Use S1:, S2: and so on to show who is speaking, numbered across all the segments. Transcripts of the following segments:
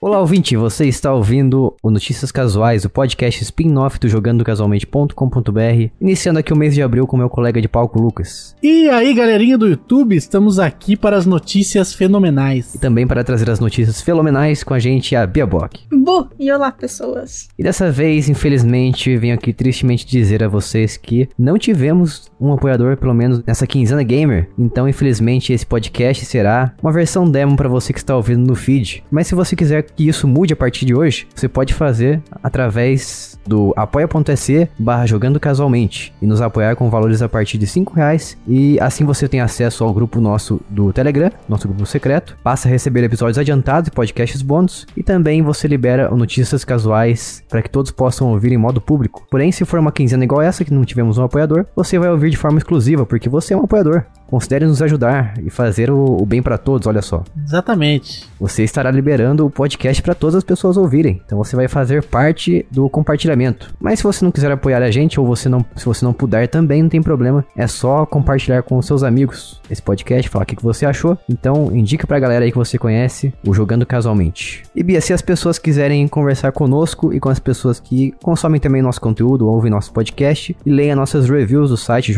S1: Olá, ouvinte, você está ouvindo o Notícias Casuais, o podcast spin-off do jogandocasualmente.com.br, iniciando aqui o mês de abril com meu colega de palco, Lucas.
S2: E aí, galerinha do YouTube, estamos aqui para as notícias fenomenais.
S1: E também para trazer as notícias fenomenais com a gente, a Bia Bock.
S3: Bu, e olá, pessoas.
S1: E dessa vez, infelizmente, venho aqui tristemente dizer a vocês que não tivemos um apoiador, pelo menos nessa quinzena gamer. Então, infelizmente, esse podcast será uma versão demo para você que está ouvindo no feed. Mas se você quiser que isso mude a partir de hoje, você pode fazer através do apoia.se barra jogando casualmente e nos apoiar com valores a partir de 5 reais e assim você tem acesso ao grupo nosso do Telegram, nosso grupo secreto, passa a receber episódios adiantados e podcasts bônus e também você libera o notícias casuais para que todos possam ouvir em modo público. Porém, se for uma quinzena igual essa que não tivemos um apoiador, você vai ouvir de forma exclusiva porque você é um apoiador. Considere nos ajudar e fazer o, o bem para todos, olha só.
S2: Exatamente.
S1: Você estará liberando o podcast para todas as pessoas ouvirem. Então você vai fazer parte do compartilhamento. Mas se você não quiser apoiar a gente ou você não, se você não puder também, não tem problema. É só compartilhar com os seus amigos esse podcast, falar o que que você achou. Então indica pra galera aí que você conhece o Jogando Casualmente. E Bia, se as pessoas quiserem conversar conosco e com as pessoas que consomem também nosso conteúdo, ouvem nosso podcast e leem nossas reviews do site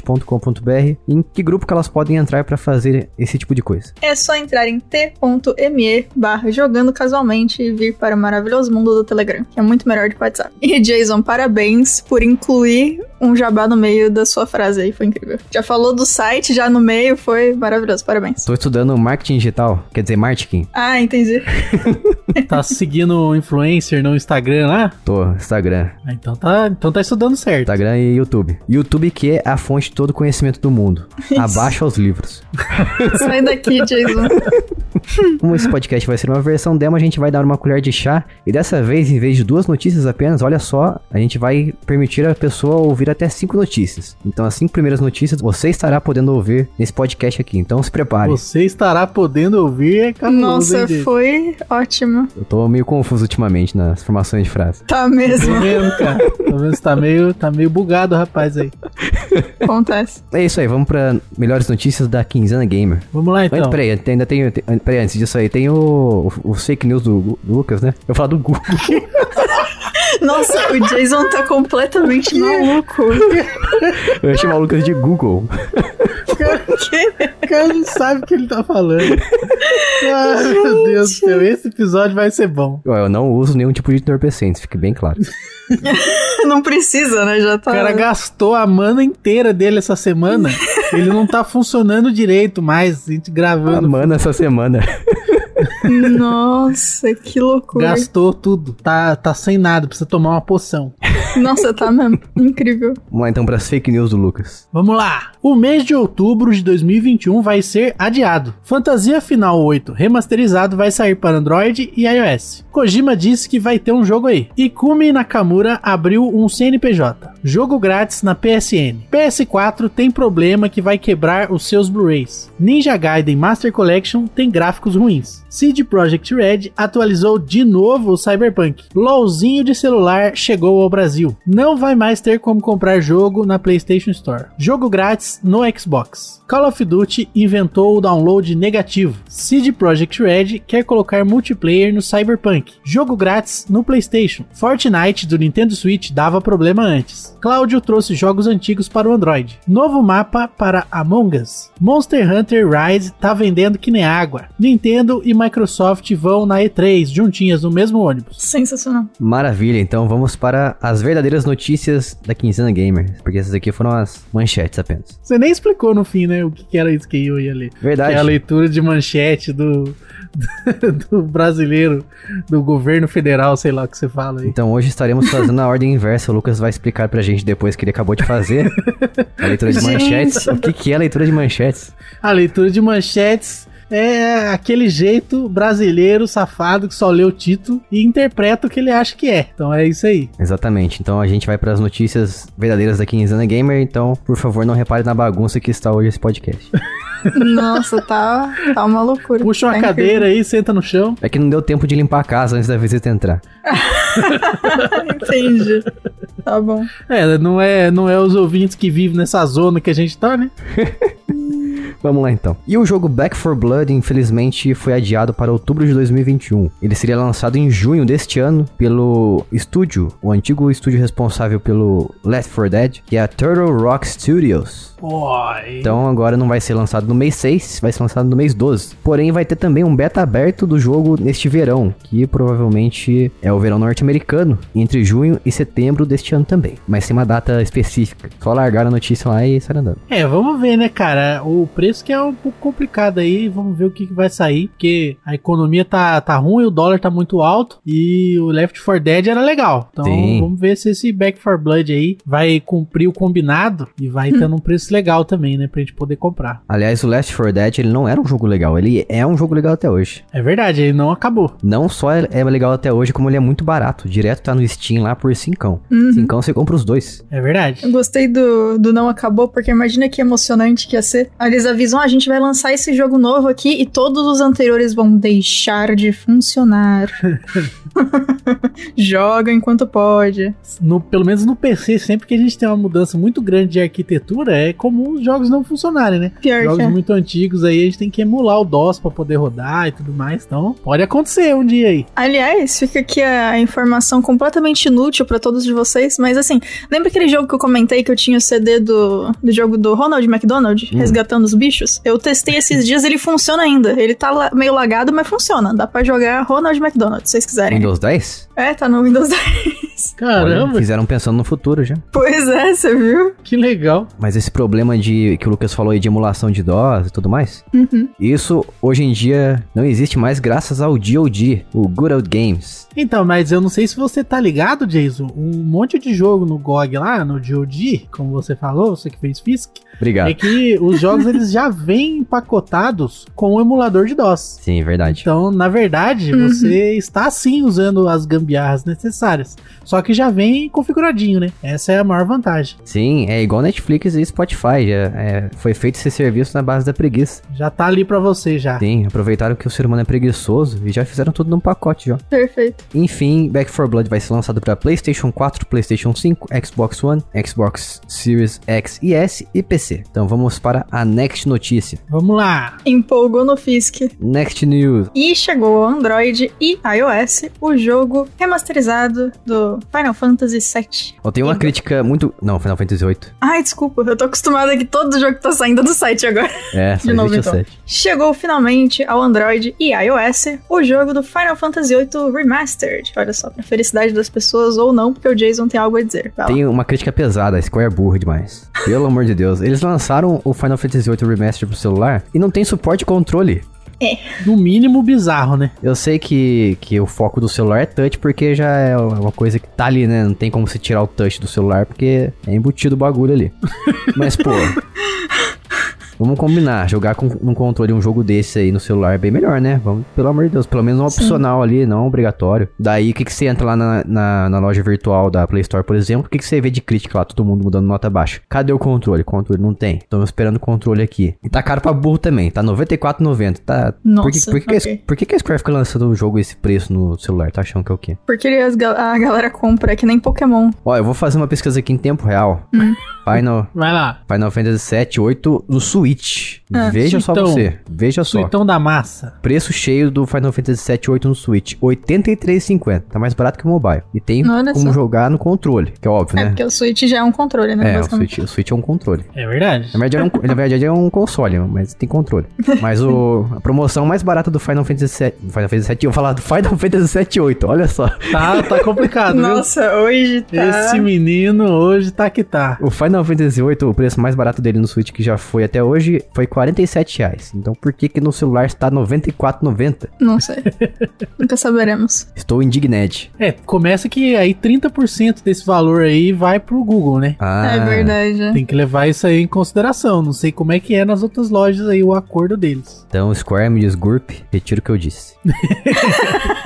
S1: jogandocasualmente.com.br, em que grupo que elas podem entrar para fazer esse tipo de coisa?
S3: É só entrar em t.me barra jogando casualmente e vir para o maravilhoso mundo do Telegram, que é muito melhor do que o WhatsApp. E Jason, parabéns por incluir um jabá no meio da sua frase aí, foi incrível. Já falou do site, já no meio, foi maravilhoso, parabéns.
S1: Estou estudando marketing digital, quer dizer, marketing.
S3: Ah, entendi.
S2: Tá seguindo o influencer no Instagram lá?
S1: Tô, Instagram.
S2: Ah, Então tá, então tá estudando certo.
S1: Instagram e YouTube. YouTube que é a fonte de todo conhecimento do mundo. Abaixo aos livros.
S3: Sai daqui, Jason.
S1: Como esse podcast vai ser uma versão demo, a gente vai dar uma colher de chá. E dessa vez, em vez de duas notícias apenas, olha só, a gente vai permitir a pessoa ouvir até cinco notícias. Então, as cinco primeiras notícias você estará podendo ouvir nesse podcast aqui. Então, se prepare.
S2: Você estará podendo ouvir, é cabuloso, hein,
S3: Nossa,
S2: gente?
S3: foi ótimo.
S1: Eu tô meio confuso ultimamente nas formações de frase.
S3: Tá
S2: Tô
S3: mesmo,
S2: vendo, cara. Tô vendo, tá meio, tá meio bugado, o rapaz, aí.
S3: acontece.
S1: É isso aí, vamos pra melhores notícias da quinzena gamer.
S2: Vamos lá,
S1: Mas
S2: então.
S1: peraí, tem- ainda tem. tem- Peraí, antes disso aí, tem o, o, o fake news do, Gu- do Lucas, né? Eu falo do Google.
S3: Nossa, o Jason tá completamente maluco.
S1: Eu ia chamar o Lucas de Google.
S2: O cara não sabe o que ele tá falando. Ai, meu Deus do céu. Esse episódio vai ser bom.
S1: Ó, Eu não uso nenhum tipo de entorpecentes, fique bem claro.
S3: Não precisa, né? Já
S2: O
S3: tá.
S2: cara gastou a mana inteira dele essa semana. Ele não tá funcionando direito mais, a gente
S1: Ah,
S2: gravando.
S1: mano, essa semana.
S3: Nossa, que loucura.
S2: Gastou tudo. Tá, tá sem nada, precisa tomar uma poção.
S3: Nossa, tá mesmo. Incrível.
S1: Vamos lá então pras fake news do Lucas.
S2: Vamos lá! O mês de outubro de 2021 vai ser adiado. Fantasia Final 8 remasterizado vai sair para Android e iOS. Kojima disse que vai ter um jogo aí. Ikumi Nakamura abriu um CNPJ. Jogo grátis na PSN. PS4 tem problema que vai quebrar os seus Blu-rays. Ninja Gaiden Master Collection tem gráficos ruins. CD Projekt Red atualizou de novo o Cyberpunk. LOLzinho de celular chegou ao Brasil. Não vai mais ter como comprar jogo na PlayStation Store. Jogo grátis no Xbox. Call of Duty inventou o download negativo. CD Projekt Red quer colocar multiplayer no Cyberpunk. Jogo grátis no PlayStation. Fortnite do Nintendo Switch dava problema antes. Cláudio trouxe jogos antigos para o Android. Novo mapa para Among Us. Monster Hunter Rise tá vendendo que nem água. Nintendo e Microsoft vão na E3 juntinhas no mesmo ônibus.
S3: Sensacional.
S1: Maravilha, então vamos para as verdadeiras notícias da quinzena gamer. Porque essas aqui foram as manchetes apenas.
S2: Você nem explicou no fim, né, o que que era isso que eu ia ler. Que
S1: Verdade.
S2: é a leitura de manchete do, do brasileiro, do governo federal, sei lá o que você fala aí.
S1: Então hoje estaremos fazendo a ordem inversa. O Lucas vai explicar pra gente depois que ele acabou de fazer a leitura de
S3: Gente.
S1: manchetes. O que, que é a leitura de manchetes?
S2: A leitura de manchetes é aquele jeito brasileiro safado que só lê o título e interpreta o que ele acha que é. Então é isso aí.
S1: Exatamente. Então a gente vai para as notícias verdadeiras da quinzena gamer. Então, por favor, não repare na bagunça que está hoje esse podcast.
S3: Nossa, tá, tá uma loucura.
S2: Puxa uma
S3: Tá
S2: cadeira aí, senta no chão.
S1: É que não deu tempo de limpar a casa antes da visita entrar.
S3: incrível. Entendi. Tá bom.
S2: É, não é, não é os ouvintes que vivem nessa zona que a gente tá, né?
S1: Vamos lá então. E o jogo Back for Blood, infelizmente, foi adiado para outubro de 2021. Ele seria lançado em junho deste ano pelo estúdio, o antigo estúdio responsável pelo Left 4 Dead, que é a Turtle Rock Studios.
S2: Boy.
S1: Então agora não vai ser lançado no mês 6, vai ser lançado no mês 12. Porém, vai ter também um beta aberto do jogo neste verão, que provavelmente é o verão norte-americano, entre junho e setembro deste ano também. Mas sem uma data específica. Só largar a notícia lá e sair andando.
S2: É, vamos ver, né, cara? O preço que é um pouco complicado aí, vamos ver o que, que vai sair, porque a economia tá, tá ruim, o dólar tá muito alto e o Left 4 Dead era legal. Então
S1: Sim.
S2: vamos ver se esse Back 4 Blood aí vai cumprir o combinado e vai tendo um preço legal também, né, pra gente poder comprar.
S1: Aliás, o Last 4 Dead ele não era um jogo legal, ele é um jogo legal até hoje.
S2: É verdade, ele não acabou.
S1: Não só é é legal até hoje, como ele é muito barato. Direto tá no Steam lá por 5.
S3: Uhum.
S1: 5 você compra os dois.
S2: É verdade.
S3: Eu Gostei do, do não acabou, porque imagina que emocionante que ia ser. Aí Eles avisam, "Ah, a gente vai lançar esse jogo novo aqui e todos os anteriores vão deixar de funcionar. Joga enquanto pode.
S2: No, pelo menos no PC, sempre que a gente tem uma mudança muito grande de arquitetura, é comum os jogos não funcionarem, né?
S3: Pior que
S2: Jogos
S3: é.
S2: muito antigos aí, a gente tem que emular o DOS pra poder rodar e tudo mais. Então, pode acontecer um dia aí.
S3: Aliás, fica aqui a informação completamente inútil pra todos de vocês, mas assim, lembra aquele jogo que eu comentei que eu tinha o CD do, do jogo do Ronald McDonald,
S1: Hum.
S3: Resgatando os Bichos? Eu testei esses dias, ele funciona ainda. Ele tá la- meio lagado, mas funciona. Dá pra jogar Ronald McDonald, se vocês quiserem.
S1: Windows 10?
S3: É, tá no Windows 10.
S2: Caramba,
S1: Olha, fizeram pensando no futuro já.
S3: Pois é, você viu?
S2: que legal.
S1: Mas esse problema de que o Lucas falou aí de emulação de DOS e tudo mais,
S3: Uhum.
S1: isso hoje em dia não existe mais graças ao DOD, o Good Old Games.
S2: Então, mas eu não sei se você tá ligado, Jason. Um monte de jogo no GOG lá, no GOG, como você falou, você que fez Fisk,
S1: Obrigado.
S2: é que os jogos eles já vêm empacotados com o emulador de DOS.
S1: Sim, verdade.
S2: Então, na verdade,
S3: Uhum.
S2: você está sim usando as gambiarras necessárias. Só que já vem configuradinho, né? Essa é a maior vantagem.
S1: Sim, é igual Netflix e Spotify. já, é, foi feito esse serviço na base da preguiça.
S2: Já tá ali pra você
S3: Ah.
S2: já.
S1: Sim, aproveitaram que o ser humano é preguiçoso e já fizeram tudo num pacote já.
S3: Perfeito.
S1: Enfim, Back 4 Blood vai ser lançado para PlayStation 4, PlayStation 5, Xbox One, Xbox Series X e S e PC. Então vamos para a next notícia.
S2: Vamos lá.
S3: Empolgou no Fisk.
S1: Next news.
S3: E chegou ao Android e iOS o jogo remasterizado do Final Fantasy VII.
S1: Eu tenho uma
S3: Eita.
S1: crítica muito. Não, Final Fantasy VIII.
S3: Ai, desculpa, eu tô acostumada que todo jogo tá saindo do site agora.
S1: É, só
S3: De novo,
S1: existe o
S3: então.
S1: 7.
S3: Chegou finalmente ao Android e iOS o jogo do Final Fantasy VIII Remastered. Olha só, pra felicidade das pessoas ou não, porque o Jason tem algo a dizer. Vai lá.
S1: Tem uma crítica pesada, a Square é burra demais. Pelo amor de Deus. Eles lançaram o Final Fantasy VIII Remaster pro celular e não tem suporte e controle.
S2: No mínimo bizarro, né?
S1: Eu sei que, que o foco do celular é touch, porque já é uma coisa que tá ali, né? Não tem como você tirar o touch do celular, porque é embutido o bagulho ali. Mas, pô. Vamos combinar, jogar com um controle um jogo desse aí no celular é bem melhor, né? Vamos, pelo amor de Deus, pelo menos um
S3: Sim.
S1: opcional ali, não obrigatório. Daí, o que, que você entra lá na, na, na loja virtual da Play Store, por exemplo, o que, que você vê de crítica lá, todo mundo mudando nota baixa? Cadê o controle? Controle não tem. Tô esperando o controle aqui. E tá caro pra burro também, tá 94,90. Tá, por que,
S3: Nossa,
S1: por, que,
S3: ok.
S1: por que, que a Square fica lançando um jogo esse preço no celular? Tá achando que é o quê?
S3: Porque as gal- a galera compra, é que nem Pokémon.
S1: Ó, eu vou fazer uma pesquisa aqui em tempo real.
S3: Hum.
S1: Final,
S2: Vai lá.
S1: Final Fantasy VII, 8 no Switch.
S3: Ah, Então.
S1: veja só
S2: suitão.
S1: você. Veja só.
S2: Suitão da massa.
S1: Preço cheio do Final Fantasy VII, 8 no Switch. R$ 83,50. Tá mais barato que o mobile. E tem
S3: Olha
S1: como
S3: só.
S1: jogar no controle, que é óbvio,
S3: É
S1: né?
S3: porque o Switch já é um controle, né?
S1: É, o
S3: basicamente.
S1: Switch, o Switch é um controle.
S2: É verdade.
S1: Na verdade, é um, na verdade, é um console, mas tem controle. Mas o, a promoção mais barata do Final Fantasy VII... Final Fantasy VII... Eu vou falar do Final Fantasy VII, 8. Olha só.
S2: Tá, tá complicado, viu?
S3: Nossa, hoje tá.
S2: Esse menino hoje tá que tá.
S1: O Final Fantasy VIII, o preço mais barato dele no Switch que já foi até hoje, foi R$ 47 reais. Então por que que no celular está R$ 94,90?
S3: Não sei. Nunca saberemos.
S1: Estou indignado.
S2: É, começa que aí 30% desse valor aí vai pro Google, né?
S1: Ah,
S3: É verdade.
S2: Tem que levar isso aí em consideração. Não sei como é que é nas outras lojas aí o acordo deles.
S1: Então Square me desgurpe, retiro o que eu disse.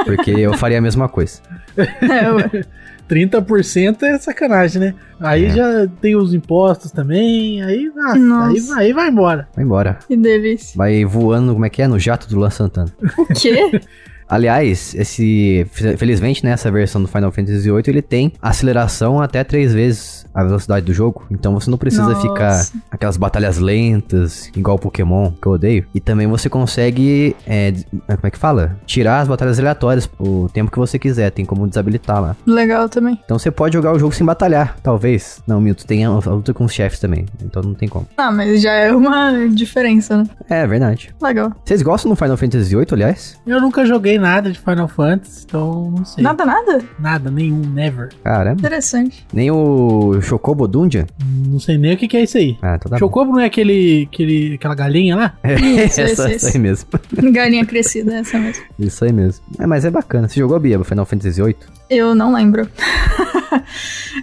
S1: Porque eu faria a mesma coisa.
S3: É, ué.
S2: 30% é sacanagem, né? Aí
S1: É.
S2: já tem os impostos também. Aí, nossa,
S3: Nossa.
S2: aí, vai- aí vai embora.
S1: Vai embora.
S3: que delícia.
S1: Vai voando, como é que é? No jato do Luan Santana.
S3: O quê?
S1: Aliás, esse felizmente nessa versão do Final Fantasy VIII ele tem aceleração até três vezes a velocidade do jogo, então você não precisa
S3: Nossa.
S1: ficar aquelas batalhas lentas igual Pokémon que eu odeio. E também você consegue é, des- como é que fala? Tirar as batalhas aleatórias o tempo que você quiser, tem como desabilitar lá.
S3: Legal também.
S1: Então você pode jogar o jogo sem batalhar, talvez. Não, Milton, tem a a luta com os chefes também, então não tem como.
S3: Ah, mas já é uma diferença, né?
S1: É verdade.
S3: Legal.
S1: Vocês gostam do Final Fantasy VIII, aliás?
S2: Eu nunca joguei nada de Final Fantasy, então não sei.
S3: Nada, nada?
S2: Nada, nenhum, never.
S1: Caramba.
S3: Interessante.
S1: Nem o Chocobo Dungeon?
S2: Não sei nem o que, que é isso aí.
S1: Ah, então tá bom.
S2: Chocobo não é aquele, aquele, aquela galinha lá?
S3: Isso,
S1: Essa-
S3: isso,
S1: essa
S3: isso.
S1: aí mesmo.
S3: Galinha crescida, essa mesmo.
S1: Isso aí mesmo. É, mas é bacana. Você jogou Biaba Final Fantasy VIII?
S3: Eu não lembro.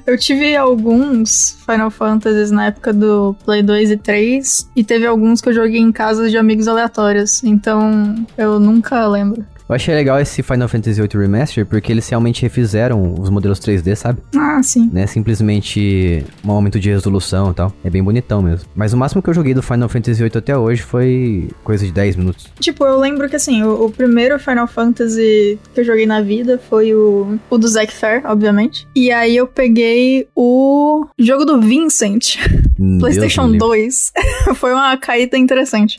S3: Eu tive alguns Final Fantasies na época do Play 2 e 3, e teve alguns que eu joguei em casa de amigos aleatórios, então eu nunca lembro.
S1: Eu achei legal esse Final Fantasy VIII Remaster porque eles realmente refizeram os modelos 3D, sabe?
S3: Ah, sim.
S1: Né? Simplesmente um aumento de resolução e tal. É bem bonitão mesmo. Mas o máximo que eu joguei do Final Fantasy VIII até hoje foi coisa de 10 minutos.
S3: Tipo, eu lembro que assim, o, o primeiro Final Fantasy que eu joguei na vida foi o, o do Zack Fair, obviamente. E aí eu peguei o jogo do Vincent,
S1: Deus
S3: PlayStation
S1: me livre.
S3: 2. foi uma caída interessante.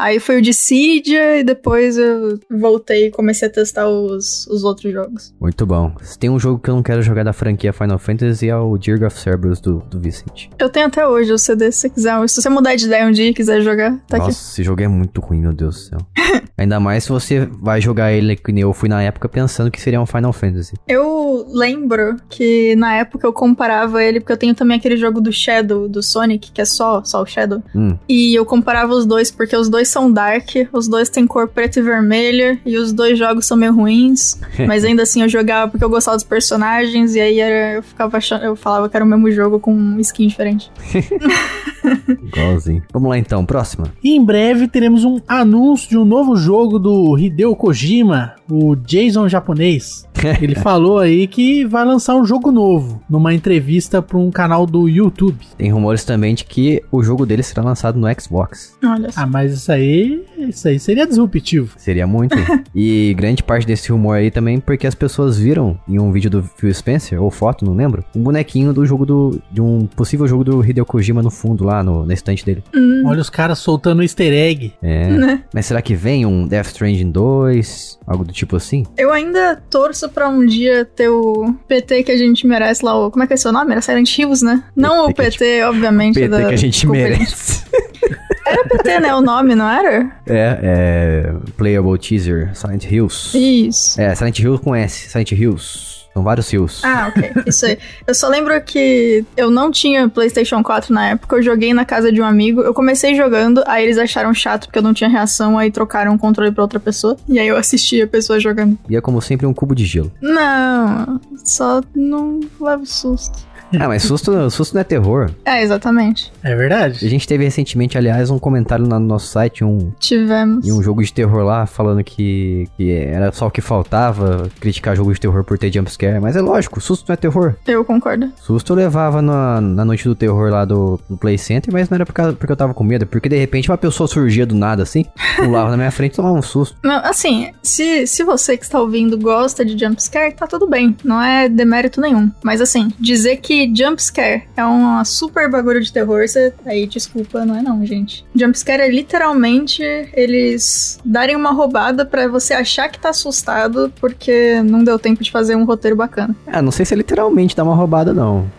S3: Aí foi o de Cydia e depois eu voltei e comecei a testar os, os outros jogos.
S1: Muito bom. Se tem um jogo que eu não quero jogar da franquia Final Fantasy é o Dirge of Cerberus do, do Vicente.
S3: Eu tenho até hoje o CD, se você quiser. Se você mudar de ideia um dia e quiser jogar, tá
S1: Nossa,
S3: aqui.
S1: esse jogo é muito ruim, meu Deus do céu. Ainda mais se você vai jogar ele que nem eu fui na época pensando que seria um Final Fantasy.
S3: Eu lembro que na época eu comparava ele, porque eu tenho também aquele jogo do Shadow, do Sonic, que é só, só o Shadow.
S1: Hum.
S3: E eu comparava os dois, porque os dois são dark, os dois têm cor preta e vermelha, e os dois jogos são meio ruins. mas ainda assim eu jogava porque eu gostava dos personagens, e aí era- eu ficava achando, eu falava que era o mesmo jogo com um skin diferente.
S1: Igualzinho. Vamos lá então, próxima.
S2: E em breve teremos um anúncio de um novo jogo do Hideo Kojima, o Jason japonês. Ele falou aí que vai lançar um jogo novo, numa entrevista para um canal do YouTube.
S1: Tem rumores também de que o jogo dele será lançado no Xbox.
S3: Olha só.
S2: Ah, mas isso aí, isso aí seria disruptivo.
S1: Seria muito. e grande parte desse rumor aí também porque as pessoas viram em um vídeo do Phil Spencer, ou foto, não lembro, um bonequinho do jogo do. de um possível jogo do Hideo Kojima no fundo, lá no, na estante dele.
S3: Hum,
S2: Olha os caras soltando um easter egg.
S1: É. Mas será que vem um Death Stranding 2? Algo do tipo assim?
S3: eu ainda torço pra um dia ter o PT que a gente merece lá, o, como é que é seu nome? Era Silent Hills, né? Não o
S1: que a
S3: PT, obviamente,
S1: PT
S3: da
S1: que a gente
S3: companhia.
S1: merece.
S3: Era PT, né? O nome, não era?
S1: é, é. Playable Teaser, Silent Hills.
S3: Isso.
S1: É, Silent Hill com S, Silent Hills. São vários Hills.
S3: Ah, ok. Isso aí. Eu só lembro que eu não tinha PlayStation 4 na época, eu joguei na casa de um amigo. Eu comecei jogando, aí eles acharam chato porque eu não tinha reação, aí trocaram o controle pra outra pessoa. E aí eu assisti a pessoa jogando.
S1: E é como sempre um cubo de gelo.
S3: Não, só não levo susto.
S1: Ah, mas susto, susto não é terror.
S3: É, exatamente.
S2: É
S1: A
S2: verdade?
S1: gente teve recentemente, aliás, um comentário lá no nosso site, um,
S3: Tivemos.
S1: e um jogo de terror lá, falando que, que era só o que faltava, criticar jogo de terror por ter jumpscare. Mas é lógico, susto não é terror.
S3: Eu concordo.
S1: Susto eu levava na, na noite do terror lá do, do Play Center, mas não era por causa- porque eu tava com medo, é porque de repente uma pessoa surgia do nada assim, pulava na minha frente e tomava um susto.
S3: Não, assim, se, se você que está ouvindo gosta de jumpscare, tá tudo bem. Não é demérito nenhum. Mas assim, dizer que jumpscare é um super bagulho de terror, você. Aí, desculpa, não é não, gente. Jumpscare é literalmente eles darem uma roubada pra você achar que tá assustado porque não deu tempo de fazer um roteiro bacana.
S1: Ah, não sei se é literalmente dá uma roubada, não.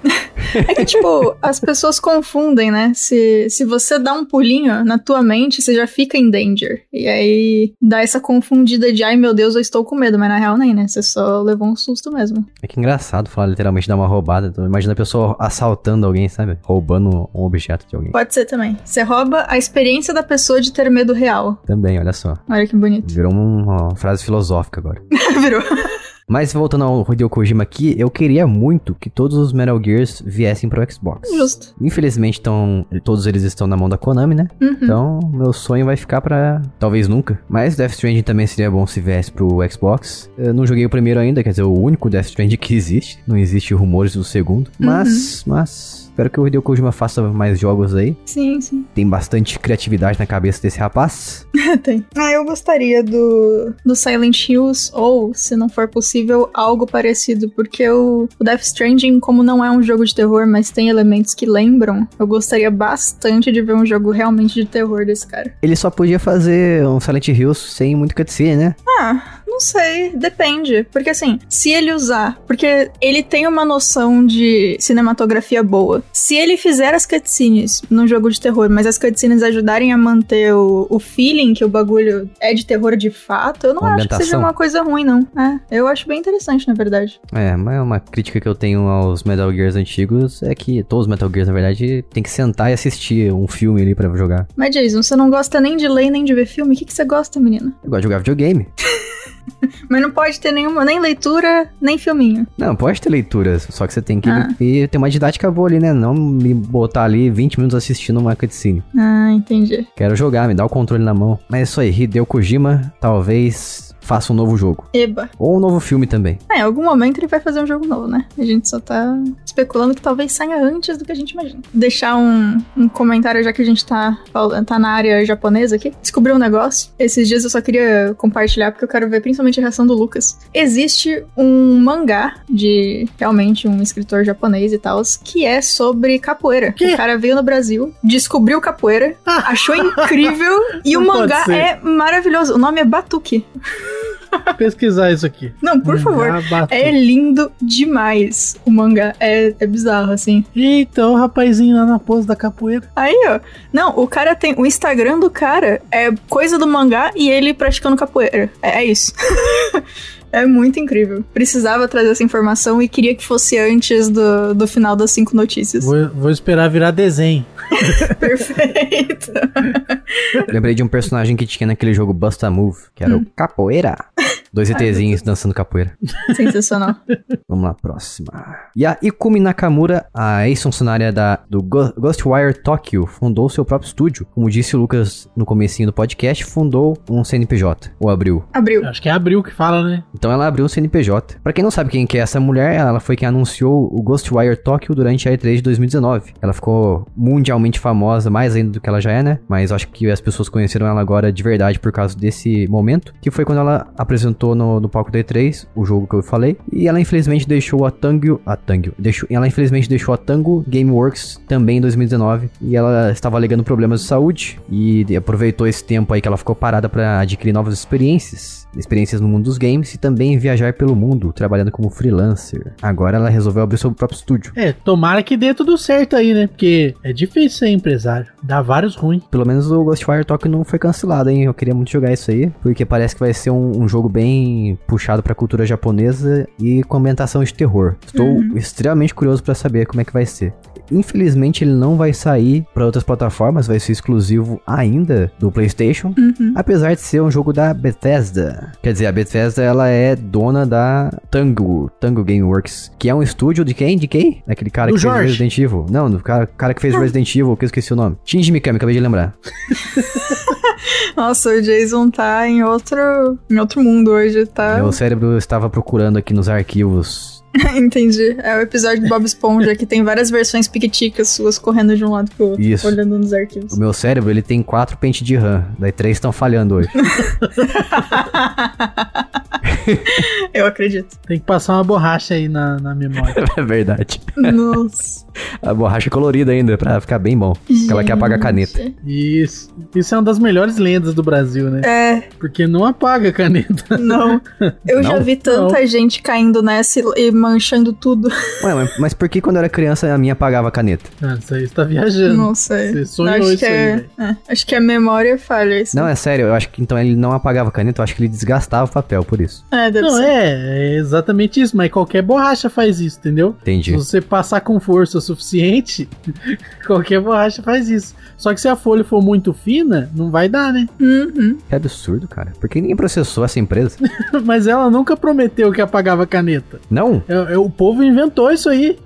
S3: É que, tipo, as pessoas confundem, né? Se, se você dá um pulinho na tua mente, você já fica em danger. E aí dá essa confundida de, ai meu Deus, eu estou com medo. Mas na real nem, né? Você só levou um susto mesmo.
S1: É que engraçado falar literalmente dar uma roubada. Então, imagina a pessoa assaltando alguém, sabe? Roubando um objeto de alguém.
S3: Pode ser também. Você rouba a experiência da pessoa de ter medo real.
S1: Também, olha só.
S3: Olha que bonito.
S1: Virou uma frase filosófica agora.
S3: Virou.
S1: Mas voltando ao Hideo Kojima aqui, eu queria muito que todos os Metal Gears viessem pro Xbox.
S3: Justo.
S1: Infelizmente, tão, todos eles estão na mão da Konami, né?
S3: Uhum.
S1: Então, meu sonho vai ficar pra... Talvez nunca. Mas Death Stranding também seria bom se viesse pro Xbox. Eu não joguei o primeiro ainda, quer dizer, o único Death Stranding que existe. Não existe rumores do segundo. Mas, mas... Espero que o Hideo Kojima faça mais jogos aí.
S3: Sim, sim.
S1: Tem bastante criatividade na cabeça desse rapaz.
S3: Tem. Ah, eu gostaria do, do Silent Hills, ou, se não for possível, algo parecido, porque o, o Death Stranding, como não é um jogo de terror, mas tem elementos que lembram, eu gostaria bastante de ver um jogo realmente de terror desse cara.
S1: Ele só podia fazer um Silent Hills sem muito cutscene, né?
S3: Ah, não sei, depende. Porque assim, se ele usar, porque ele tem uma noção de cinematografia boa. Se ele fizer as cutscenes num jogo de terror, mas as cutscenes ajudarem a manter o, o feeling que o bagulho é de terror de fato, eu não
S1: Uma
S3: acho que seja
S1: ambientação.
S3: uma coisa ruim, não. É, eu acho bem interessante, na verdade.
S1: É, mas é uma crítica que eu tenho aos Metal Gears antigos é que todos os Metal Gears, na verdade, tem que sentar e assistir um filme ali pra jogar.
S3: Mas, Jason, você não gosta nem de ler nem de ver filme? O que, que você gosta, menina?
S1: Eu gosto de jogar videogame.
S3: Mas não pode ter nenhuma, nem leitura, nem filminho.
S1: Não, pode ter leituras, só que você tem que
S3: Ah.
S1: e ter uma didática boa ali, né? Não me botar ali 20 minutos assistindo uma cutscene.
S3: Ah, entendi.
S1: Quero jogar, me dá o controle na mão. Mas é isso aí, Hideo Kojima talvez faça um novo jogo.
S3: Eba.
S1: Ou um novo filme também.
S3: É, em algum momento ele vai fazer um jogo novo, né? A gente só tá especulando que talvez saia antes do que a gente imagina. Deixar um, um comentário, já que a gente tá, fal- tá na área japonesa aqui. Descobri um negócio. Esses dias eu só queria compartilhar, porque eu quero ver principalmente a reação do Lucas. Existe um mangá de realmente um escritor japonês e tal, que é sobre capoeira.
S2: Quê?
S3: O cara veio no Brasil, descobriu capoeira,
S2: Ah.
S3: achou incrível, e o
S2: Não pode
S3: mangá
S2: ser.
S3: é maravilhoso. O nome é Batuque.
S2: Pesquisar isso aqui.
S3: Não, por favor.
S2: Ah, batu-
S3: É lindo demais o mangá. É, é bizarro, assim.
S2: Eita, o Então, rapazinho lá na pose da capoeira.
S3: Aí, ó. Não, o cara tem. O Instagram do cara é coisa do mangá e ele praticando capoeira. É, é isso. é muito incrível. Precisava trazer essa informação e queria que fosse antes do, do final das cinco notícias.
S2: Vou, vou esperar virar desenho.
S3: Perfeito.
S1: Lembrei de um personagem que tinha naquele jogo Busta Move, que era o Capoeira. Dois ETzinhos dançando capoeira.
S3: Sensacional.
S1: Vamos lá, próxima. E a Ikumi Nakamura, a ex-funcionária da, do Go- Ghostwire Tokyo, fundou seu próprio estúdio. Como disse o Lucas no comecinho do podcast, fundou um CNPJ, ou abriu.
S3: Abriu.
S2: Acho que é abril que fala, né?
S1: Então ela abriu um CNPJ. Pra quem não sabe quem que é essa mulher, ela foi quem anunciou o Ghostwire Tokyo durante a E3 de 2019. Ela ficou mundialmente famosa, mais ainda do que ela já é, né? Mas acho que as pessoas conheceram ela agora de verdade por causa desse momento, que foi quando ela apresentou no, no palco da E3 o jogo que eu falei. E ela infelizmente deixou a Tangio, a Tangio, deixou, ela infelizmente deixou a Tango Gameworks também em 2019 e ela estava alegando problemas de saúde e aproveitou esse tempo aí que ela ficou parada para adquirir novas experiências, experiências no mundo dos games e também viajar pelo mundo, trabalhando como freelancer. Agora ela resolveu abrir seu próprio estúdio.
S2: É, tomara que dê tudo certo aí, né? Porque é difícil ser empresário. Dá vários ruins.
S1: Pelo menos o Ghostfire Tokyo não foi cancelado, hein? Eu queria muito jogar isso aí, porque parece que vai ser um, um jogo bem puxado pra cultura japonesa e com ambientação de terror. Estou
S3: Uhum.
S1: extremamente curioso pra saber como é que vai ser. Infelizmente ele não vai sair pra outras plataformas, vai ser exclusivo ainda do PlayStation.
S3: Uhum.
S1: Apesar de ser um jogo da Bethesda. Quer dizer, a Bethesda ela é dona da Tango, Tango Gameworks, que é um estúdio de quem? De quem? Daquele cara
S2: Do
S1: que
S2: Jorge.
S1: fez Resident Evil. Não, do cara, cara que fez Resident Evil, que eu esqueci o nome. Shinji Mikami, acabei de lembrar.
S3: Nossa, o Jason tá em outro, em outro mundo hoje,
S2: Ah.
S3: tá?
S1: Meu cérebro estava procurando aqui nos arquivos.
S3: Entendi. É o episódio do Bob Esponja que tem várias versões piquiticas suas correndo de um lado pro outro,
S1: Isso.
S3: olhando nos
S1: O
S3: arquivos.
S1: meu cérebro, ele tem quatro pentes de RAM. Daí três estão falhando hoje.
S3: Eu acredito.
S2: Tem que passar uma borracha aí na, na memória.
S1: é verdade.
S3: Nossa.
S1: A borracha é colorida ainda, pra ficar bem bom. Porque ela quer apagar a caneta.
S3: Gente.
S2: Isso. Isso é uma das melhores lendas do Brasil, né?
S3: É,
S2: Porque não apaga a caneta.
S3: não. Eu já
S1: Não?
S3: vi tanta gente caindo nessa e- e manchando tudo.
S1: Ué, mas, mas por que quando eu era criança a minha apagava a caneta?
S2: Ah, isso aí você tá viajando.
S3: Não sei.
S2: Você sonhou
S3: acho
S2: isso
S3: que
S2: aí,
S3: é,
S2: velho.
S3: é, Acho que a memória falha. Isso.
S1: Não, é sério, eu acho que então ele não apagava a caneta, eu acho que ele desgastava o papel, por isso.
S3: é, deve
S2: Não,
S3: ser.
S2: é, é exatamente isso, mas qualquer borracha faz isso, entendeu? Se
S1: Entendi.
S2: você passar com força suficiente, qualquer borracha faz isso. Só que se a folha for muito fina, não vai dar, né?
S3: Uhum.
S1: Que absurdo, cara. Por que ninguém processou essa empresa?
S2: Mas ela nunca prometeu que apagava a caneta.
S1: Não?
S2: É- é- o povo inventou isso aí.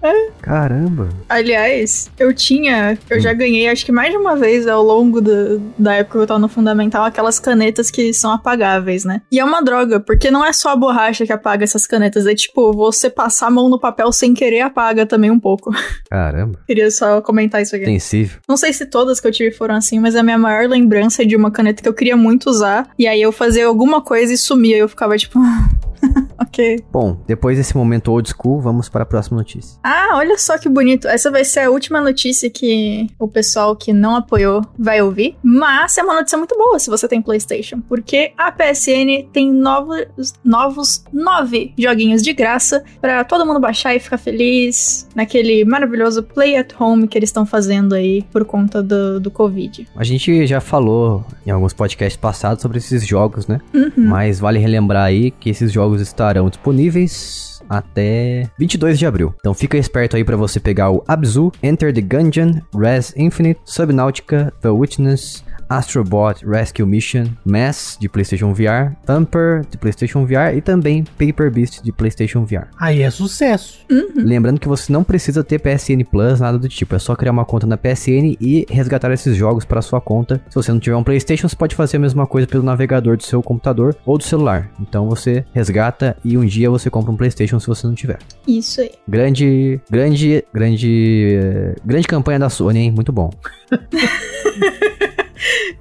S1: Caramba.
S3: Aliás, eu tinha, eu
S1: Hum.
S3: já ganhei, acho que mais de uma vez ao longo do- da época que eu tava no Fundamental, aquelas canetas que são apagáveis, né? E é uma droga, porque não é só a borracha que apaga essas canetas, é tipo, você passar a mão no papel sem querer apaga também um pouco.
S1: Caramba,
S3: Queria só comentar isso aqui.
S1: sensível.
S3: Não sei se todas que eu tive foram assim, mas a minha maior lembrança é de uma caneta que eu queria muito usar. E aí eu fazia alguma coisa e sumia. E eu ficava tipo. ok.
S1: Bom, depois desse momento old school, vamos para a próxima notícia.
S3: Ah, olha só que bonito. Essa vai ser a última notícia que o pessoal que não apoiou vai ouvir. Mas é uma notícia muito boa se você tem PlayStation. Porque a PSN tem novos, novos nove joguinhos de graça pra todo mundo baixar e ficar feliz naquele maravilhoso play at home que eles estão fazendo aí por conta do, do Covid.
S1: A gente já falou em alguns podcasts passados sobre esses jogos, né?
S3: Uhum.
S1: Mas vale relembrar aí que esses jogos estarão disponíveis até 22 de abril. Então fica esperto aí pra você pegar o Abzu, Enter the Gungeon, Res Infinite, Subnautica, The Witness, Astrobot Rescue Mission, Mass de PlayStation VR, Thumper de PlayStation VR e também Paper Beast de PlayStation VR.
S2: Aí é sucesso.
S1: Lembrando que você não precisa ter PSN Plus, nada do tipo. É só criar uma conta na PSN e resgatar esses jogos para sua conta. Se você não tiver um PlayStation, você pode fazer a mesma coisa pelo navegador do seu computador ou do celular. Então você resgata e um dia você compra um PlayStation se você não tiver.
S3: Isso aí.
S1: Grande, grande, grande, eh, grande campanha da Sony, hein? Muito bom.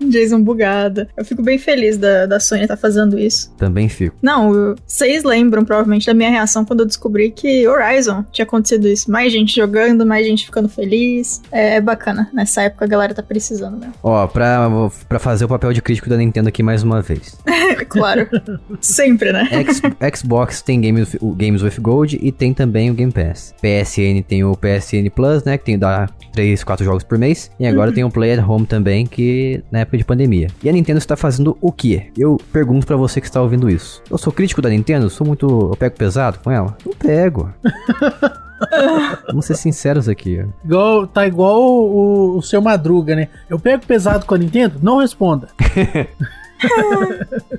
S3: Jason bugada. Eu fico bem feliz da, da Sony tá fazendo isso.
S1: Também fico.
S3: Não, eu- vocês lembram provavelmente da minha reação quando eu descobri que Horizon tinha acontecido isso. Mais gente jogando, mais gente ficando feliz. É, é bacana. Nessa época a galera tá precisando mesmo.
S1: Ó, pra, pra fazer o papel de crítico da Nintendo aqui mais uma vez.
S3: É claro. Sempre, né?
S1: X- Xbox tem games, o Games with Gold e tem também o Game Pass. PSN tem o PSN Plus, né? Que tem dá 3, 4 jogos por mês. E agora tem o Play at Home também, que na época de pandemia. E a Nintendo está fazendo o quê? Eu pergunto pra você que está ouvindo isso. Eu sou crítico da Nintendo? Sou muito. Eu pego pesado com ela? Não pego. Vamos ser sinceros aqui. ó.
S2: Igual, tá igual o, o seu Madruga, né? Eu pego pesado com a Nintendo? Não responda. Tá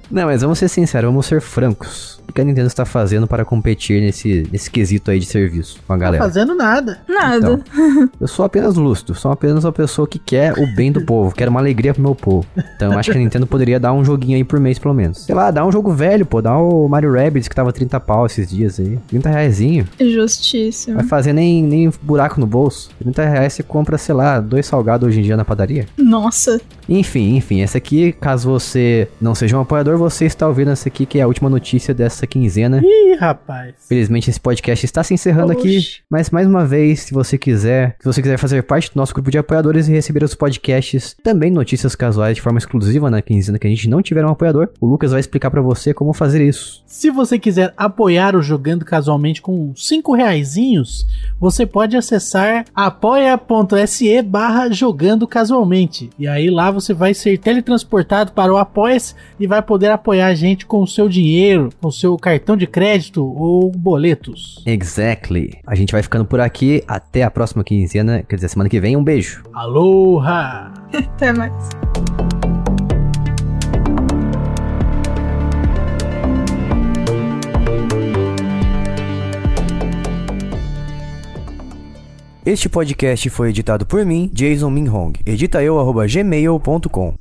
S1: Não, mas vamos ser sinceros, vamos ser francos. O que a Nintendo está fazendo para competir nesse, nesse quesito aí de serviço com a
S2: Não tá
S1: galera?
S2: fazendo nada.
S3: Nada.
S1: Eu sou apenas lustro, sou apenas uma pessoa que quer o bem do povo, quero uma alegria pro meu povo. Então eu acho que a Nintendo poderia dar um joguinho aí por mês, pelo menos. Sei lá, dá um jogo velho, pô, dá o Mario Rabbids que tava 30 pau esses dias aí. 30 reaisinho,
S3: Justíssimo.
S1: vai fazer nem, nem buraco no bolso. 30 reais você compra, sei lá, dois salgados hoje em dia na padaria.
S3: Nossa.
S1: Enfim, enfim, essa aqui, caso você não seja um apoiador, você está ouvindo essa aqui que é a última notícia dessa quinzena.
S2: Ih, rapaz.
S1: Felizmente esse podcast está se encerrando
S3: Oxi.
S1: aqui, mas mais uma vez, se você quiser, se você quiser fazer parte do nosso grupo de apoiadores e receber os podcasts, também notícias casuais de forma exclusiva na quinzena que a gente não tiver um apoiador, o Lucas vai explicar pra você como fazer isso.
S2: Se você quiser apoiar o Jogando Casualmente com 5 reaisinhos, você pode acessar apoia.se barra jogando casualmente. E aí lá você vai ser teletransportado para o Apoia-se e vai poder apoiar a gente com o seu dinheiro, com o seu cartão de crédito ou boletos.
S1: Exactly. A gente vai ficando por aqui, até a próxima quinzena, quer dizer, semana que vem, um beijo.
S2: Aloha!
S3: Até mais.
S1: Este podcast foi editado por mim, Jason Minhong. Edita eu, gmail.com.